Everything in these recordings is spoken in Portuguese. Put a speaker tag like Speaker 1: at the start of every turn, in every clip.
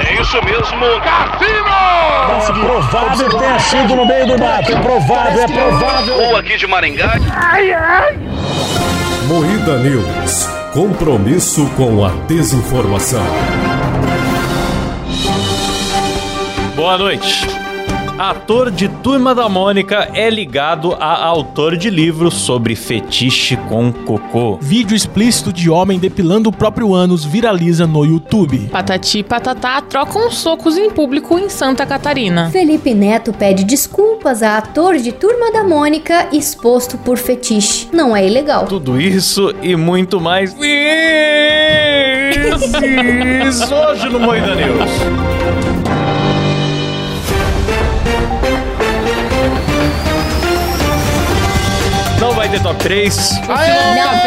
Speaker 1: É isso mesmo, Cassino!
Speaker 2: É provável que tenha sido no meio do mato. É provável, é provável.
Speaker 1: Ou aqui de Maringá.
Speaker 3: Moída News. Compromisso com a desinformação.
Speaker 4: Boa noite. Ator de Turma da Mônica é ligado a autor de livro sobre fetiche com cocô.
Speaker 5: Vídeo explícito de homem depilando o próprio ânus viraliza no YouTube.
Speaker 6: Patati e Patatá trocam socos em público em Santa Catarina.
Speaker 7: Felipe Neto pede desculpas a ator de Turma da Mônica exposto por fetiche. Não é ilegal.
Speaker 4: Tudo isso e muito mais. Isso hoje no Moída News. Não vai ter top 3. Não
Speaker 6: Tá feliz?
Speaker 4: vai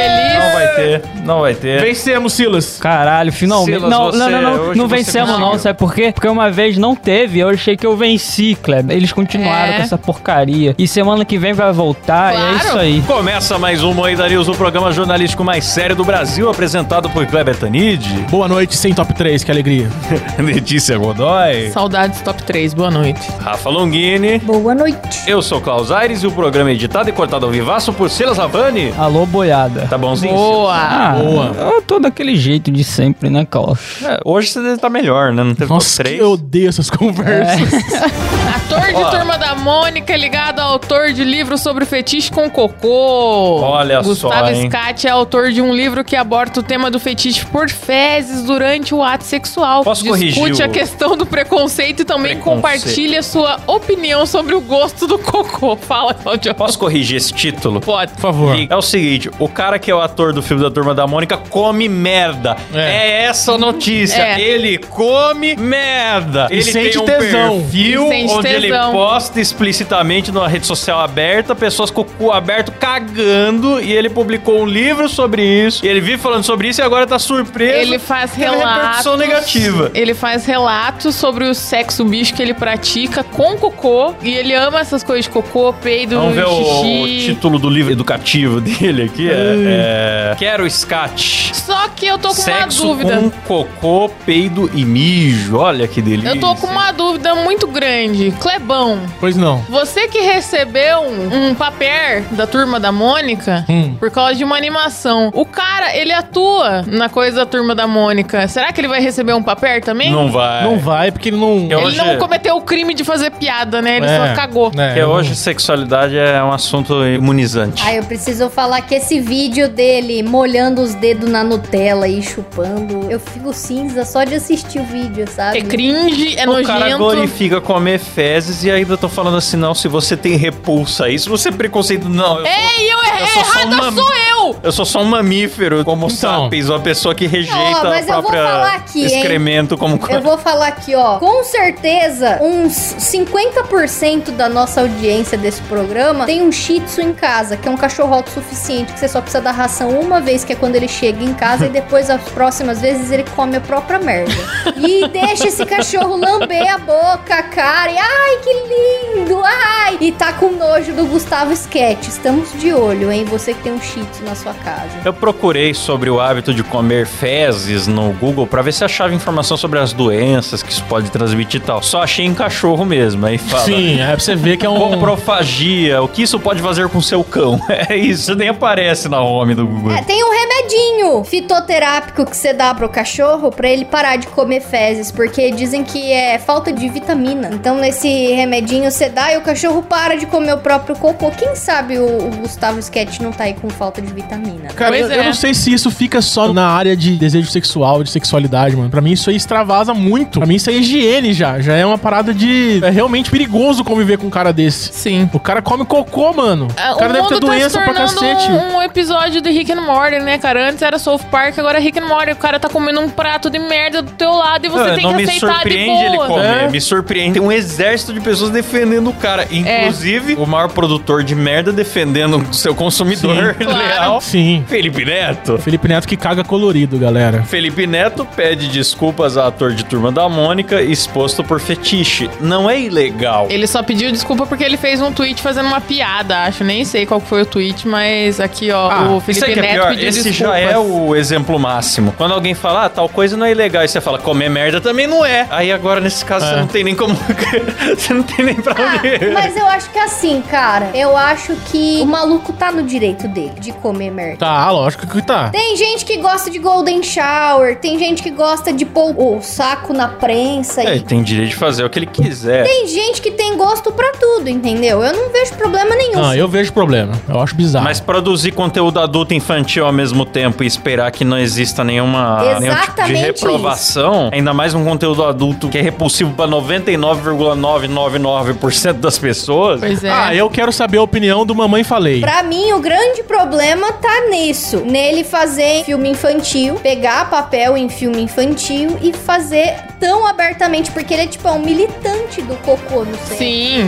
Speaker 4: ter, não vai ter.
Speaker 5: É. Vencemos, Silas.
Speaker 8: Caralho, finalmente.
Speaker 4: Silas,
Speaker 8: não,
Speaker 4: você- é
Speaker 8: não, não, não,
Speaker 4: hoje
Speaker 8: não
Speaker 4: você
Speaker 8: vencemos
Speaker 4: conseguiu.
Speaker 8: não, sabe por quê? Porque uma vez não teve, eu achei que eu venci, Kleber. Eles continuaram
Speaker 6: É.
Speaker 8: com essa porcaria. E semana que vem vai voltar, e é
Speaker 6: Claro.
Speaker 8: isso aí.
Speaker 4: Começa mais um Moída News, o programa jornalístico mais sério do Brasil, apresentado por Kleber Tanid,
Speaker 5: Boa noite, sem top 3, que alegria.
Speaker 4: Letícia Godoy,
Speaker 6: Saudades top 3, boa noite.
Speaker 4: Rafa Longini.
Speaker 7: Boa noite.
Speaker 4: Eu sou Klaus Aires e o programa é editado e cortado ao vivaço por Silas Havani.
Speaker 8: Alô, boiada.
Speaker 4: Tá bonzinho?
Speaker 6: Boa!
Speaker 8: Ah,
Speaker 5: Boa.
Speaker 8: Eu tô daquele jeito de sempre, né, Carlos?
Speaker 4: Silas? É, hoje você tá melhor, né? Não teve top
Speaker 5: Nossa, que
Speaker 4: três.
Speaker 5: eu odeio essas conversas.
Speaker 6: Ator de
Speaker 4: Ó.
Speaker 6: Turma da Mônica ligado ao autor de livro sobre fetiche com cocô.
Speaker 4: Olha só,
Speaker 6: Gustavo
Speaker 4: hein?
Speaker 6: Scatti é autor de um livro que aborda o tema do fetiche por fezes durante o ato sexual.
Speaker 4: Posso
Speaker 6: Discute
Speaker 4: corrigir o-
Speaker 6: a questão do preconceito e também
Speaker 4: Preconceito.
Speaker 6: compartilha sua opinião sobre o gosto do cocô. Fala, Claudio.
Speaker 4: Posso corrigir esse título?
Speaker 6: Pode.
Speaker 5: Por favor.
Speaker 4: É o seguinte, o cara que é o ator do filme da Turma da Mônica come merda. É,
Speaker 5: É.
Speaker 4: essa a notícia.
Speaker 6: É.
Speaker 4: Ele come merda.
Speaker 5: E
Speaker 4: ele
Speaker 5: sente
Speaker 4: tem um
Speaker 5: tesão.
Speaker 4: perfil
Speaker 6: E sente
Speaker 4: onde ele
Speaker 6: tesão.
Speaker 4: posta explicitamente numa rede social aberta, pessoas com o cu aberto cagando, e ele publicou um livro sobre isso. E ele vive falando sobre isso e agora tá surpreso.
Speaker 6: Ele faz
Speaker 4: pela
Speaker 6: relatos.
Speaker 4: repercussão negativa.
Speaker 6: Ele faz relatos sobre o sexo bicho que ele pratica com cocô. E ele ama essas coisas de cocô, peido,
Speaker 4: Vamos ver o, o
Speaker 6: xixi.
Speaker 4: título do livro educativo dele aqui. É, é Quero Scat.
Speaker 6: Só que eu tô com
Speaker 4: Sexo
Speaker 6: uma dúvida.
Speaker 4: com cocô, peido e mijo. Olha que delícia.
Speaker 6: Eu tô com uma dúvida muito grande. Clebão,
Speaker 5: Pois não.
Speaker 6: você que recebeu um, um papel da turma da Mônica
Speaker 5: Hum.
Speaker 6: por causa de uma animação. O cara, ele atua na coisa da turma da Mônica. Será que ele vai receber um papel também?
Speaker 4: Não vai.
Speaker 5: Não vai, porque ele não.
Speaker 4: Eu-
Speaker 6: Ele
Speaker 4: hoje-
Speaker 6: não cometeu o crime de fazer piada, né? Ele
Speaker 5: É,
Speaker 6: só cagou.
Speaker 5: né,
Speaker 4: Porque
Speaker 5: eu não-
Speaker 4: hoje sexualidade é um assunto imunizante.
Speaker 7: Ah, eu preciso falar que esse vídeo dele molhando os dedos na Nutella e chupando, eu fico cinza só de assistir o vídeo, sabe?
Speaker 6: É cringe, é
Speaker 4: o cara
Speaker 6: nojento.
Speaker 4: glorifica comer fezes e ainda tô falando assim, não, se você tem repulsa a isso, você é preconceito. Não, eu,
Speaker 6: Ei, eu errei,
Speaker 4: Eu sou só
Speaker 6: errada
Speaker 4: uma-
Speaker 6: sou eu!
Speaker 4: eu sou só um mamífero, como
Speaker 5: Então.
Speaker 4: sapiens, uma pessoa que rejeita
Speaker 7: Ó, mas eu
Speaker 4: a
Speaker 7: vou falar
Speaker 4: própria
Speaker 7: aqui, hein?
Speaker 4: excremento como
Speaker 7: Eu vou falar aqui, ó. Com certeza, uns 50% da nossa audiência desse programa tem um shih tzu em casa, que é um cachorrote suficiente, que você só precisa dar ração uma vez, que é quando ele chega em casa, e depois, as próximas vezes, ele come a própria merda. E deixa esse cachorro lamber a boca, a cara, e ai, que lindo, ai! E tá com nojo do Gustavo Sketch. Estamos de olho, hein? Você que tem um shih tzu na sua casa.
Speaker 4: Eu procurei sobre o hábito de comer fezes no Google pra ver se achava informação sobre as doenças que isso pode transmitir e tal. Só achei em cachorro mesmo, aí fala.
Speaker 5: Sim, é pra você ver que é um.
Speaker 4: Coprofagia, o que isso pode fazer com seu cão? É isso, nem aparece na home do Google.
Speaker 7: É, tem um remedinho fitoterápico que você dá pro cachorro pra ele parar de comer fezes, porque dizem que é falta de vitamina. Então, nesse remedinho você dá e o cachorro para de comer o próprio cocô. Quem sabe o, o Gustavo Sketch não tá aí com falta de vitamina.
Speaker 5: Cara,
Speaker 6: Pois
Speaker 5: eu,
Speaker 6: é.
Speaker 5: eu não sei se isso fica só na área de desejo sexual, de sexualidade, mano. Pra mim isso aí extravasa muito. Pra mim isso aí é higiene já. Já é uma parada de. É realmente perigoso conviver com um cara desse.
Speaker 6: Sim.
Speaker 5: O cara come cocô, mano.
Speaker 6: Ah,
Speaker 5: o cara deve ter doença
Speaker 6: se
Speaker 5: pra
Speaker 6: tornando
Speaker 5: cacete.
Speaker 6: Um, um episódio de Rick and Morty, né, cara? Antes era South Park, agora é Rick and Morty. O cara tá comendo um prato de merda do teu lado e você
Speaker 4: Ah,
Speaker 6: tem
Speaker 4: não
Speaker 6: que
Speaker 4: me
Speaker 6: aceitar de
Speaker 4: surpreende ele
Speaker 6: boa.
Speaker 4: comer,
Speaker 5: É.
Speaker 4: me surpreende. Tem um exército de pessoas
Speaker 6: É.
Speaker 4: defendendo o cara. Inclusive, o maior produtor de merda defendendo o seu consumidor
Speaker 6: Claro.
Speaker 4: leal tal.
Speaker 5: Sim.
Speaker 4: Felipe Neto.
Speaker 5: Felipe Neto que caga colorido, galera.
Speaker 4: Felipe Neto pede desculpas ao ator de Turma da Mônica exposto por fetiche. Não é ilegal.
Speaker 6: Ele só pediu desculpa porque ele fez um tweet fazendo uma piada, acho. Nem sei qual foi o tweet, mas aqui, ó,
Speaker 4: Ah,
Speaker 6: o Felipe
Speaker 4: isso aí que é
Speaker 6: Neto
Speaker 4: pior.
Speaker 6: pediu
Speaker 4: Esse
Speaker 6: desculpas.
Speaker 4: já é o exemplo máximo. Quando alguém fala, ah, tal coisa não é ilegal, e você fala, comer merda também não é. Aí agora, nesse caso,
Speaker 6: É.
Speaker 4: você não tem nem como... você não tem nem pra onde...
Speaker 7: Ah,
Speaker 4: ir.
Speaker 7: mas eu acho que é assim, cara. Eu acho que o maluco tá no direito dele de comer merda.
Speaker 5: Tá, lógico que tá.
Speaker 7: Tem gente que gosta de golden shower, tem gente que gosta de pôr o saco na prensa.
Speaker 4: É,
Speaker 7: e
Speaker 4: ele tem direito de fazer o que ele quiser.
Speaker 7: Tem gente que tem gosto pra tudo, entendeu? Eu não vejo problema nenhum.
Speaker 5: Não, Ah, eu vejo problema. Eu acho
Speaker 7: Tá.
Speaker 5: bizarro.
Speaker 4: Mas produzir conteúdo adulto e infantil ao mesmo tempo e esperar que não exista nenhuma nenhum tipo de
Speaker 7: Exatamente
Speaker 4: reprovação, ainda mais um conteúdo adulto que é repulsivo pra 99,999% das pessoas.
Speaker 6: Pois é.
Speaker 5: Ah, eu quero saber a opinião do Mamãe Falei.
Speaker 7: Pra mim, o grande problema tá nisso. Nele fazer filme infantil, pegar papel em filme infantil e fazer tão abertamente, porque ele é tipo é um militante do cocô, não sei.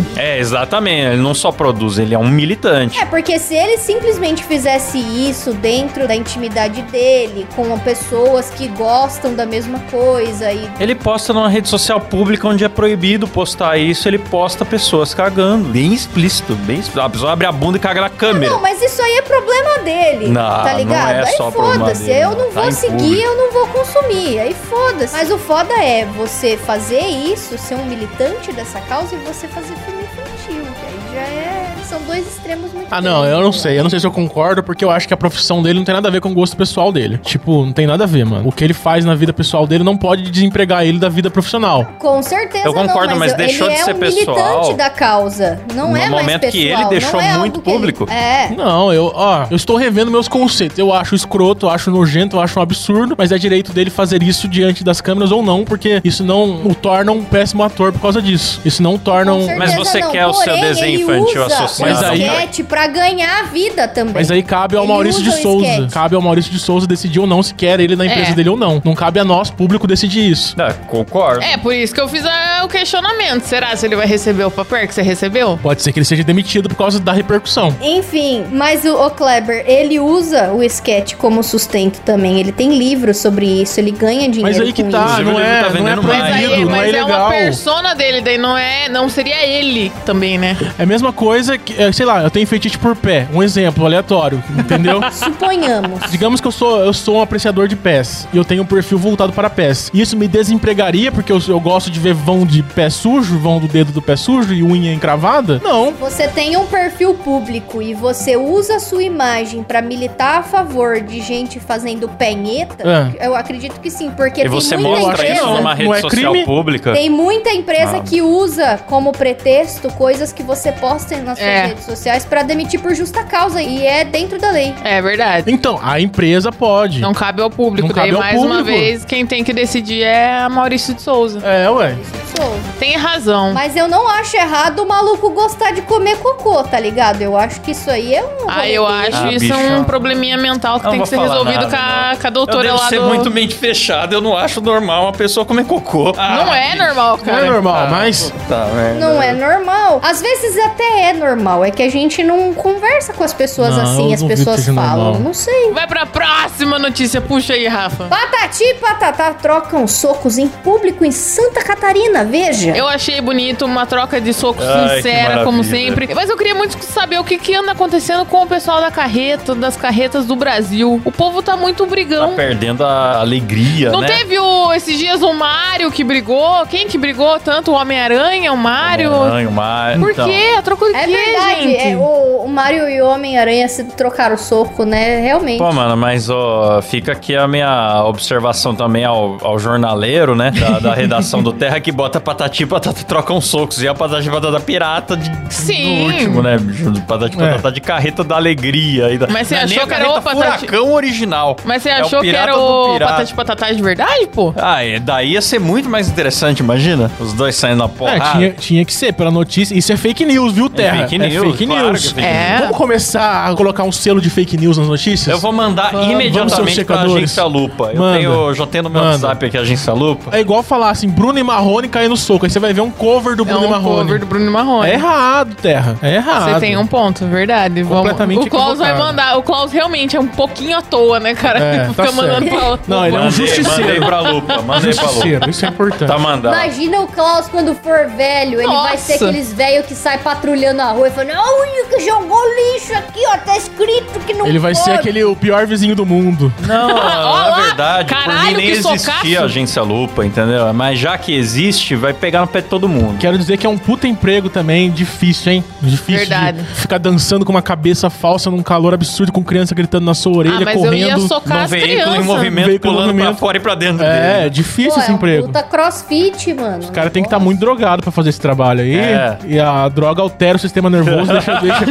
Speaker 6: Sim.
Speaker 4: É, exatamente. Ele não só produz, ele é um militante.
Speaker 7: É, porque se ele simplesmente fizesse isso dentro da intimidade dele, com pessoas que gostam da mesma coisa e.
Speaker 4: Ele posta numa rede social pública onde é proibido postar isso, ele posta pessoas cagando. Bem explícito, bem explícito. A pessoa abre a bunda e caga na câmera.
Speaker 7: Não, mas isso aí é problema dele.
Speaker 4: Não,
Speaker 7: tá
Speaker 4: não
Speaker 7: ligado?
Speaker 4: é
Speaker 7: aí
Speaker 4: só problema
Speaker 7: foda-se.
Speaker 4: dele,
Speaker 7: Eu
Speaker 4: não.
Speaker 7: não
Speaker 4: Tá
Speaker 7: vou
Speaker 4: em
Speaker 7: seguir,
Speaker 4: público.
Speaker 7: eu não vou consumir. Aí foda-se. Mas o foda é você fazer isso, ser um militante dessa causa e você fazer filme infantil. que Aí já é. São dois extremos muito
Speaker 5: Ah, não,
Speaker 7: grandes,
Speaker 5: eu não
Speaker 7: né?
Speaker 5: sei. Eu não sei se eu concordo, porque eu acho que a profissão dele não tem nada a ver com o gosto pessoal dele. Tipo, não tem nada a ver, mano. O que ele faz na vida pessoal dele não pode desempregar ele da vida profissional.
Speaker 7: Com certeza
Speaker 4: Eu concordo,
Speaker 7: não,
Speaker 4: mas
Speaker 7: eu-
Speaker 4: deixou
Speaker 7: ele
Speaker 4: de
Speaker 7: é
Speaker 4: ser
Speaker 7: um
Speaker 4: pessoal
Speaker 7: militante da causa. Não
Speaker 4: no
Speaker 7: é mais
Speaker 4: momento
Speaker 7: pessoal.
Speaker 4: que ele deixou
Speaker 7: não é
Speaker 4: muito
Speaker 7: algo que ele-
Speaker 4: público.
Speaker 7: É.
Speaker 5: Não, eu, ó, eu estou revendo meus conceitos. Eu acho escroto, eu acho nojento, eu acho um absurdo, mas é direito dele fazer isso diante das câmeras ou não, porque isso não o torna um péssimo ator por causa disso. Isso não torna um.
Speaker 7: Com
Speaker 4: Mas
Speaker 7: certeza
Speaker 4: você quer o seu
Speaker 7: Porém,
Speaker 4: desenho
Speaker 7: ele
Speaker 4: infantil
Speaker 7: usa
Speaker 4: associado
Speaker 5: Mas
Speaker 7: O
Speaker 5: aí-
Speaker 7: esquete pra ganhar a vida também.
Speaker 5: Mas aí cabe ao
Speaker 7: Ele
Speaker 5: Maurício de
Speaker 7: usa o
Speaker 5: Souza.
Speaker 7: sketch.
Speaker 5: Cabe ao Maurício de Souza decidir ou não se quer ele na empresa
Speaker 6: É.
Speaker 5: dele ou não. Não cabe a nós, público, decidir isso.
Speaker 4: É, concordo.
Speaker 6: É, por isso que eu fiz ah, o questionamento. Será se ele vai receber o papel que você recebeu?
Speaker 5: Pode ser que ele seja demitido por causa da repercussão.
Speaker 7: Enfim, mas o, o Kleber, ele usa o sketch como sustento também. Ele tem livros sobre isso, ele ganha dinheiro
Speaker 5: Mas aí que
Speaker 7: com
Speaker 5: tá,
Speaker 7: isso.
Speaker 4: Inclusive,
Speaker 5: não
Speaker 4: ele
Speaker 5: é,
Speaker 4: tá
Speaker 5: não é
Speaker 4: vendendo mais.
Speaker 5: proibido,
Speaker 6: Mas,
Speaker 5: não
Speaker 6: aí,
Speaker 5: é
Speaker 6: mas é, uma
Speaker 5: ilegal.
Speaker 6: persona dele, daí não é. Não seria ele também, né?
Speaker 5: É a mesma coisa que, é, sei lá, eu tenho fetiche por pé. Um exemplo aleatório, entendeu?
Speaker 7: Suponhamos.
Speaker 5: Digamos que eu sou, eu sou um apreciador de pés e eu tenho um perfil voltado para pés. Isso me desempregaria porque eu, eu gosto de ver vão de pé sujo, vão do dedo do pé sujo e unha encravada? Não.
Speaker 7: Você tem um perfil público e você usa a sua imagem pra militar a favor de gente fazendo penheta,
Speaker 5: É.
Speaker 7: eu acredito que sim, porque
Speaker 4: e você
Speaker 7: tem muita
Speaker 4: mostra isso
Speaker 7: empresa.
Speaker 4: numa rede
Speaker 5: Não é
Speaker 4: social
Speaker 5: crime?
Speaker 4: pública.
Speaker 7: Tem muita empresa
Speaker 4: Ah.
Speaker 7: que usa como pretexto coisas que você posta nas suas
Speaker 6: É.
Speaker 7: redes sociais pra demitir por justa causa e é dentro da lei.
Speaker 6: É verdade.
Speaker 5: Então, a empresa pode.
Speaker 6: Não cabe ao público.
Speaker 5: Não
Speaker 6: Daí,
Speaker 5: cabe ao
Speaker 6: mais uma
Speaker 5: público.
Speaker 6: vez, quem tem que decidir é a Maurício de Souza.
Speaker 5: É, ué.
Speaker 7: Sou.
Speaker 6: Tem razão.
Speaker 7: Mas eu não acho errado o maluco gostar de comer cocô, tá ligado? Eu acho que isso aí é um.
Speaker 6: Ah, eu acho
Speaker 4: Ah,
Speaker 6: isso
Speaker 4: bicho.
Speaker 6: um probleminha mental que
Speaker 4: Não
Speaker 6: tem
Speaker 4: vou
Speaker 6: que ser
Speaker 4: falar
Speaker 6: resolvido
Speaker 4: nada,
Speaker 6: com, a,
Speaker 4: não.
Speaker 6: com a
Speaker 4: Eu
Speaker 6: doutora
Speaker 4: devo
Speaker 6: lá
Speaker 4: ser
Speaker 6: do...
Speaker 4: muito mente fechada, eu não acho normal uma pessoa comer cocô. Ah,
Speaker 6: Não é normal,
Speaker 5: Não
Speaker 6: cara.
Speaker 5: é normal, mas.
Speaker 4: Tá,
Speaker 7: Não é normal. Às vezes até é normal. É que a gente não conversa com as pessoas
Speaker 5: Não,
Speaker 7: assim,
Speaker 5: eu
Speaker 7: as
Speaker 5: duvido que
Speaker 7: pessoas
Speaker 5: seja
Speaker 7: falam.
Speaker 5: normal.
Speaker 7: Não sei.
Speaker 6: Vai pra próxima notícia. Puxa aí, Rafa.
Speaker 7: Patati e Patatá trocam socos em público em Santa Catarina, veja.
Speaker 6: Eu achei bonito, uma troca de socos
Speaker 4: Ai, que
Speaker 6: sincera,
Speaker 4: maravilha.
Speaker 6: como sempre. Mas eu queria muito saber o que, que anda acontecendo com o pessoal da carreta, das carretas do Brasil. O povo tá muito
Speaker 4: Tá
Speaker 6: brigão.
Speaker 4: perdendo a alegria,
Speaker 6: Não
Speaker 4: né?
Speaker 6: teve o, esses dias o Mario que brigou? Quem que brigou tanto? O Homem-Aranha, o Mario?
Speaker 4: Mario. Mario.
Speaker 6: Por
Speaker 4: então,
Speaker 6: quê? A troca de
Speaker 7: É
Speaker 6: quê,
Speaker 7: verdade.
Speaker 6: gente?
Speaker 7: é, o, o Mario e o Homem-Aranha se trocaram o soco, né? Realmente.
Speaker 4: Pô, mano, mas ó, fica aqui a minha observação também ao, ao jornaleiro, né? Da, da redação do Terra, que bota patati e patata trocam socos. E a patati e patata pirata de,
Speaker 6: Sim.
Speaker 4: do último, né, bicho? Patati e
Speaker 5: É.
Speaker 4: patata de carreta da alegria. E da,
Speaker 6: Mas você
Speaker 4: Não é nem
Speaker 6: achou
Speaker 4: a
Speaker 6: que era
Speaker 4: carreta
Speaker 6: o patati-
Speaker 4: furacão original.
Speaker 6: Mas você
Speaker 4: É o
Speaker 6: achou que
Speaker 4: pirata
Speaker 6: era
Speaker 4: do
Speaker 6: o
Speaker 4: pirata.
Speaker 6: Patati Patatá de verdade, pô?
Speaker 4: Ah, é, daí ia ser muito mais interessante, imagina? Os dois saindo na
Speaker 5: É,
Speaker 4: porrada.
Speaker 5: tinha, tinha que ser, pela notícia. Isso é fake news, viu, Terra?
Speaker 4: fake news.
Speaker 5: fake
Speaker 4: claro
Speaker 5: news.
Speaker 4: que fake
Speaker 6: É.
Speaker 5: Vamos começar a colocar um selo de fake news nas notícias?
Speaker 4: Eu vou mandar
Speaker 5: Vamos, vamos
Speaker 4: imediatamente
Speaker 5: seus
Speaker 4: pra
Speaker 5: secadores.
Speaker 4: agência Lupa. Eu
Speaker 5: Manda.
Speaker 4: tenho, já tenho no meu
Speaker 5: Manda.
Speaker 4: WhatsApp aqui a agência Lupa.
Speaker 5: É igual falar assim, Bruno e Marrone caem no soco. Aí você vai ver um cover do
Speaker 6: É
Speaker 5: Bruno e
Speaker 6: um
Speaker 5: Marrone.
Speaker 6: cover do Bruno Marrone.
Speaker 5: É errado, Terra. É errado.
Speaker 6: Você tem um ponto, verdade. Vamos-
Speaker 5: Completamente
Speaker 6: O Klaus vai
Speaker 5: equivocado.
Speaker 6: mandar. O Klaus realmente é um pouquinho à toa, né, cara?
Speaker 5: É, tá
Speaker 6: Fica
Speaker 5: certo.
Speaker 6: mandando pra lá.
Speaker 5: Não, ele é um
Speaker 4: Mandei,
Speaker 5: justiceiro.
Speaker 4: Mandei pra Lupa, mandei pra Lupa.
Speaker 5: Justiceiro, isso é importante.
Speaker 4: Tá mandado.
Speaker 7: Imagina o Klaus quando for velho. Ele vai ser
Speaker 6: Nossa.
Speaker 7: aqueles velhos que sai patrulhando a rua e falando: "Ah, o único que jogou lixo aqui, ó. Tá escrito que não
Speaker 5: Ele vai ser
Speaker 7: pode."
Speaker 5: aquele o pior vizinho do mundo.
Speaker 4: Não,
Speaker 6: Olá,
Speaker 4: na verdade, por mim
Speaker 6: caralho,
Speaker 4: nem
Speaker 6: que socaço.
Speaker 4: existia a agência Lupa, entendeu? Mas já que existe, vai pegar no pé de todo mundo.
Speaker 5: Quero dizer que é um puta emprego também, difícil, hein? Difícil.
Speaker 6: Verdade.
Speaker 5: de Ficar dançando com uma cabeça falsa num calor absurdo, com criança gritando na sua orelha,
Speaker 6: Ah, mas eu
Speaker 5: correndo.
Speaker 6: ia socar
Speaker 4: Num
Speaker 6: as
Speaker 4: veículo em
Speaker 6: crianças.
Speaker 4: movimento,
Speaker 5: Veículo em
Speaker 4: pulando pra
Speaker 5: movimento.
Speaker 4: fora e pra dentro
Speaker 5: É,
Speaker 4: dele.
Speaker 5: difícil
Speaker 7: Pô,
Speaker 5: esse
Speaker 7: é um
Speaker 5: emprego.
Speaker 7: puta crossfit, mano.
Speaker 5: O cara tem que estar muito drogado pra fazer esse trabalho aí.
Speaker 4: É.
Speaker 5: E a droga altera o sistema nervoso, deixa, deixa.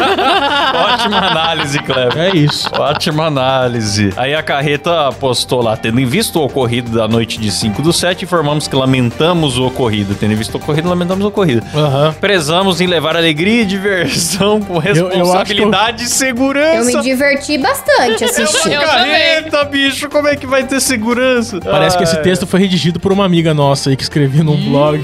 Speaker 4: Ótima análise, Cleber.
Speaker 5: É isso.
Speaker 4: Ótima análise. Aí a carreta postou lá, tendo em visto o ocorrido da noite de 5 do 7, informamos que lamentamos o ocorrido. Tendo em visto o ocorrido, lamentamos o ocorrido.
Speaker 5: Aham.
Speaker 4: Prezamos em levar alegria e diversão com
Speaker 5: eu acho que eu-
Speaker 4: responsabilidade e
Speaker 7: Eu me
Speaker 4: segurança.
Speaker 7: diverti bastante
Speaker 5: é
Speaker 4: Uma
Speaker 7: assistindo.
Speaker 6: Eu
Speaker 4: carreta, bicho, como é que vai ter segurança?
Speaker 5: Parece que esse
Speaker 4: Ai.
Speaker 5: texto foi redigido por uma amiga nossa aí que escrevia num blog.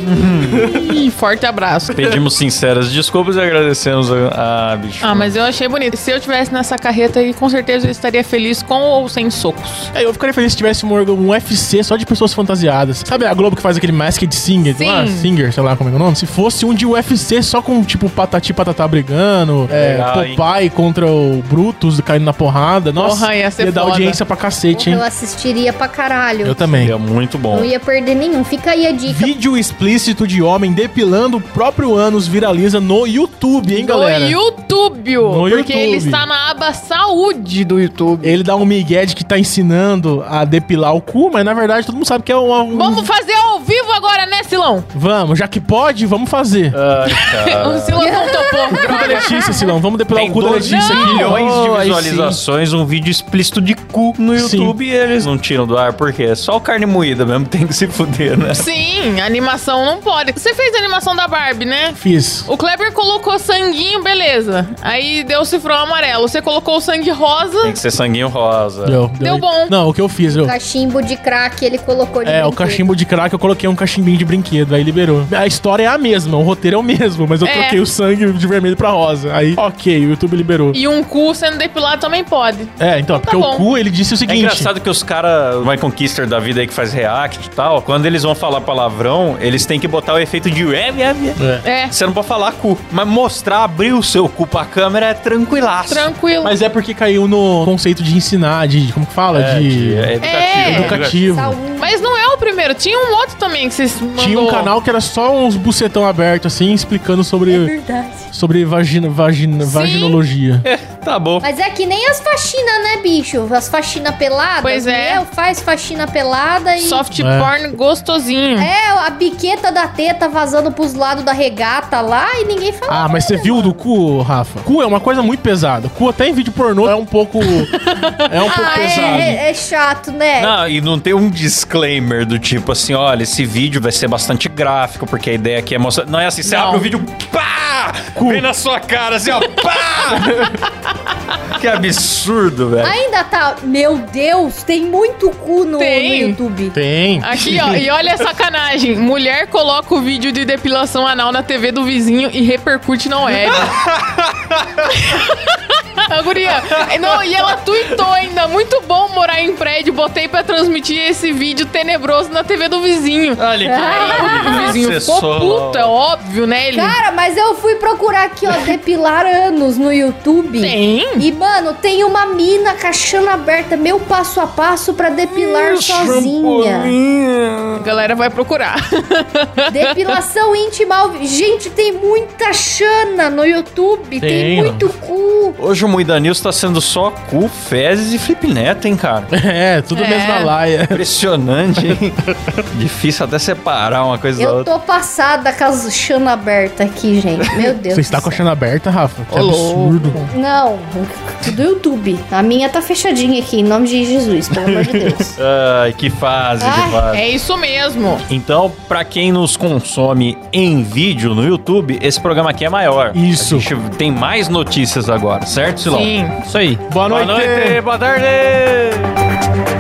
Speaker 6: Ih, forte abraço.
Speaker 4: Pedimos sinceras desculpas e agradecemos a, a bicho.
Speaker 6: Ah, mas eu achei bonito. Se eu tivesse nessa carreta aí, com certeza eu estaria feliz com ou sem socos.
Speaker 5: É, eu ficaria feliz se tivesse um, orga- um UFC só de pessoas fantasiadas. Sabe a Globo que faz aquele Masked Singer?
Speaker 6: Sim.
Speaker 5: Lá, Singer, sei lá como é que é o nome. Se fosse um de UFC só com, tipo, Patati e Patatá brigando, é,
Speaker 4: Legal, hein?
Speaker 5: Popeye contra o Brutus caindo na porrada. Nossa,
Speaker 6: Porra, ia ser
Speaker 5: dar
Speaker 6: foda.
Speaker 5: audiência pra cacete, hein?
Speaker 7: Eu assistiria pra caralho.
Speaker 5: Eu também.
Speaker 4: É muito bom.
Speaker 7: Não ia perder nenhum. Fica aí a dica.
Speaker 5: Vídeo explícito de homem depilando o próprio ânus viraliza no YouTube, hein, galera?
Speaker 6: No YouTube.
Speaker 5: No
Speaker 6: porque
Speaker 5: YouTube.
Speaker 6: ele está na aba saúde do YouTube.
Speaker 5: Ele dá um migué de que tá ensinando a depilar o cu, mas na verdade todo mundo sabe que é uma- um...
Speaker 6: Vamos fazer ao vivo agora, né, Silão?
Speaker 5: Vamos, já que pode, vamos fazer.
Speaker 4: Ai, cara.
Speaker 6: O Silão não topou.
Speaker 5: Cu da Letícia, Silão. Vamos depilar
Speaker 4: Tem
Speaker 5: o cu da
Speaker 4: 12
Speaker 5: Letícia aqui.
Speaker 4: milhões
Speaker 5: Oh,
Speaker 4: de
Speaker 5: aí sim.
Speaker 4: visualizações, um vídeo explícito de cu no
Speaker 5: Sim.
Speaker 4: YouTube e eles não tiram do ar, porque é só o carne moída mesmo, tem que se fuder, né?
Speaker 6: Sim, animação não pode. Você fez a animação da Barbie, né?
Speaker 5: Fiz.
Speaker 6: O Kleber colocou sanguinho, beleza. Aí deu o cifrão amarelo. Você colocou o sangue rosa.
Speaker 4: Tem que ser sanguinho rosa.
Speaker 5: Deu,
Speaker 6: Deu bom.
Speaker 5: Não, o que eu fiz, eu...
Speaker 7: Cachimbo de crack ele colocou de
Speaker 5: É, o
Speaker 7: brinquedo.
Speaker 5: cachimbo de crack, eu coloquei um cachimbinho de brinquedo, aí liberou. A história é a mesma, o roteiro é o mesmo, mas eu
Speaker 6: É.
Speaker 5: troquei o sangue de vermelho pra rosa. Aí, ok, o YouTube liberou.
Speaker 6: E um cu sendo depilado também pode.
Speaker 5: É, então, é porque
Speaker 6: bom.
Speaker 5: o cu, ele disse o
Speaker 4: É
Speaker 5: seguinte...
Speaker 4: engraçado que os caras, o Michael Kister da vida aí que faz react e tal, quando eles vão falar palavrão, eles têm que botar o efeito de... ué, ué, ué.
Speaker 5: É.
Speaker 6: É,
Speaker 4: Você não pode falar cu, mas mostrar, abrir o seu cu pra câmera é tranquilaço.
Speaker 6: tranquilo.
Speaker 5: Mas é porque caiu no conceito de ensinar, de... Como que fala?
Speaker 4: É,
Speaker 5: de...
Speaker 4: de- é educativo.
Speaker 6: É.
Speaker 5: Educativo.
Speaker 7: Saúde.
Speaker 6: Mas não é o primeiro. Tinha um outro também que vocês mandou.
Speaker 5: Tinha um canal que era só uns bucetão aberto, assim, explicando
Speaker 7: É
Speaker 5: sobre,
Speaker 7: verdade.
Speaker 5: sobre vagina, vagina,
Speaker 6: Sim.
Speaker 5: vaginologia.
Speaker 4: Tá bom.
Speaker 7: Mas é que nem as faxinas, né, bicho? As faxinas peladas.
Speaker 6: Pois é.
Speaker 7: Meu, faz faxina pelada e...
Speaker 6: Soft
Speaker 5: É.
Speaker 6: porn gostosinho.
Speaker 7: É, a biqueta da teta vazando pros lados da regata lá e ninguém fala.
Speaker 5: Ah, mas você viu o do cu, Rafa? Cu é uma coisa muito pesada. Cu até em vídeo pornô é um pouco. é um pouco
Speaker 7: Ah,
Speaker 5: pesado.
Speaker 7: é, é- é chato, né?
Speaker 4: Não, e não tem um disclaimer do tipo assim, olha, esse vídeo vai ser bastante gráfico, porque a ideia aqui é mostrar. Não é assim, você
Speaker 6: Não.
Speaker 4: abre o vídeo, pá! Vem na sua cara, assim, ó, pá! que absurdo, velho.
Speaker 7: Ainda tá... Meu Deus, tem muito cu no, no
Speaker 6: Tem.
Speaker 7: YouTube.
Speaker 5: Tem.
Speaker 6: Aqui, ó, e olha a sacanagem. Mulher coloca o vídeo de depilação anal na TV do vizinho e repercute na web. A guria, não, e ela tuitou ainda. Muito bom morar em prédio. Botei pra transmitir esse vídeo tenebroso na TV do vizinho.
Speaker 4: Olha que né,
Speaker 6: O vizinho ficou puta, óbvio, né? Ele
Speaker 7: Cara, mas eu fui procurar aqui, ó, depilar anos no YouTube.
Speaker 6: tem.
Speaker 7: E, mano, tem uma mina com a chana aberta, meu passo a passo pra depilar
Speaker 4: um
Speaker 7: sozinha.
Speaker 6: A galera vai procurar.
Speaker 7: Depilação íntima. ao vi- Gente, tem muita chana no YouTube. Tem,
Speaker 5: Tem,
Speaker 7: muito cu.
Speaker 4: Hoje o Muida News tá sendo só cu, fezes e flip neto, hein, cara?
Speaker 5: É, tudo
Speaker 6: É.
Speaker 5: mesmo na laia.
Speaker 4: Impressionante, hein? Difícil até separar uma coisa da
Speaker 7: Eu
Speaker 4: outra.
Speaker 7: tô passada com as chana aberta aqui, gente. Meu Deus.
Speaker 5: Você está
Speaker 7: do
Speaker 5: com a
Speaker 7: céu.
Speaker 5: chana aberta, Rafa? Que
Speaker 6: Ô,
Speaker 5: absurdo.
Speaker 7: Não, do YouTube. A minha tá fechadinha aqui, em nome de Jesus, pelo amor de Deus.
Speaker 4: Ai, que fase, que
Speaker 7: Ah,
Speaker 4: fase.
Speaker 6: É isso mesmo.
Speaker 4: Então, pra quem nos consome em vídeo no YouTube, esse programa aqui é maior.
Speaker 5: Isso.
Speaker 4: A gente tem mais notícias agora, certo, Silão?
Speaker 6: Sim.
Speaker 8: Isso aí.
Speaker 5: Boa noite.
Speaker 4: Boa noite, boa tarde.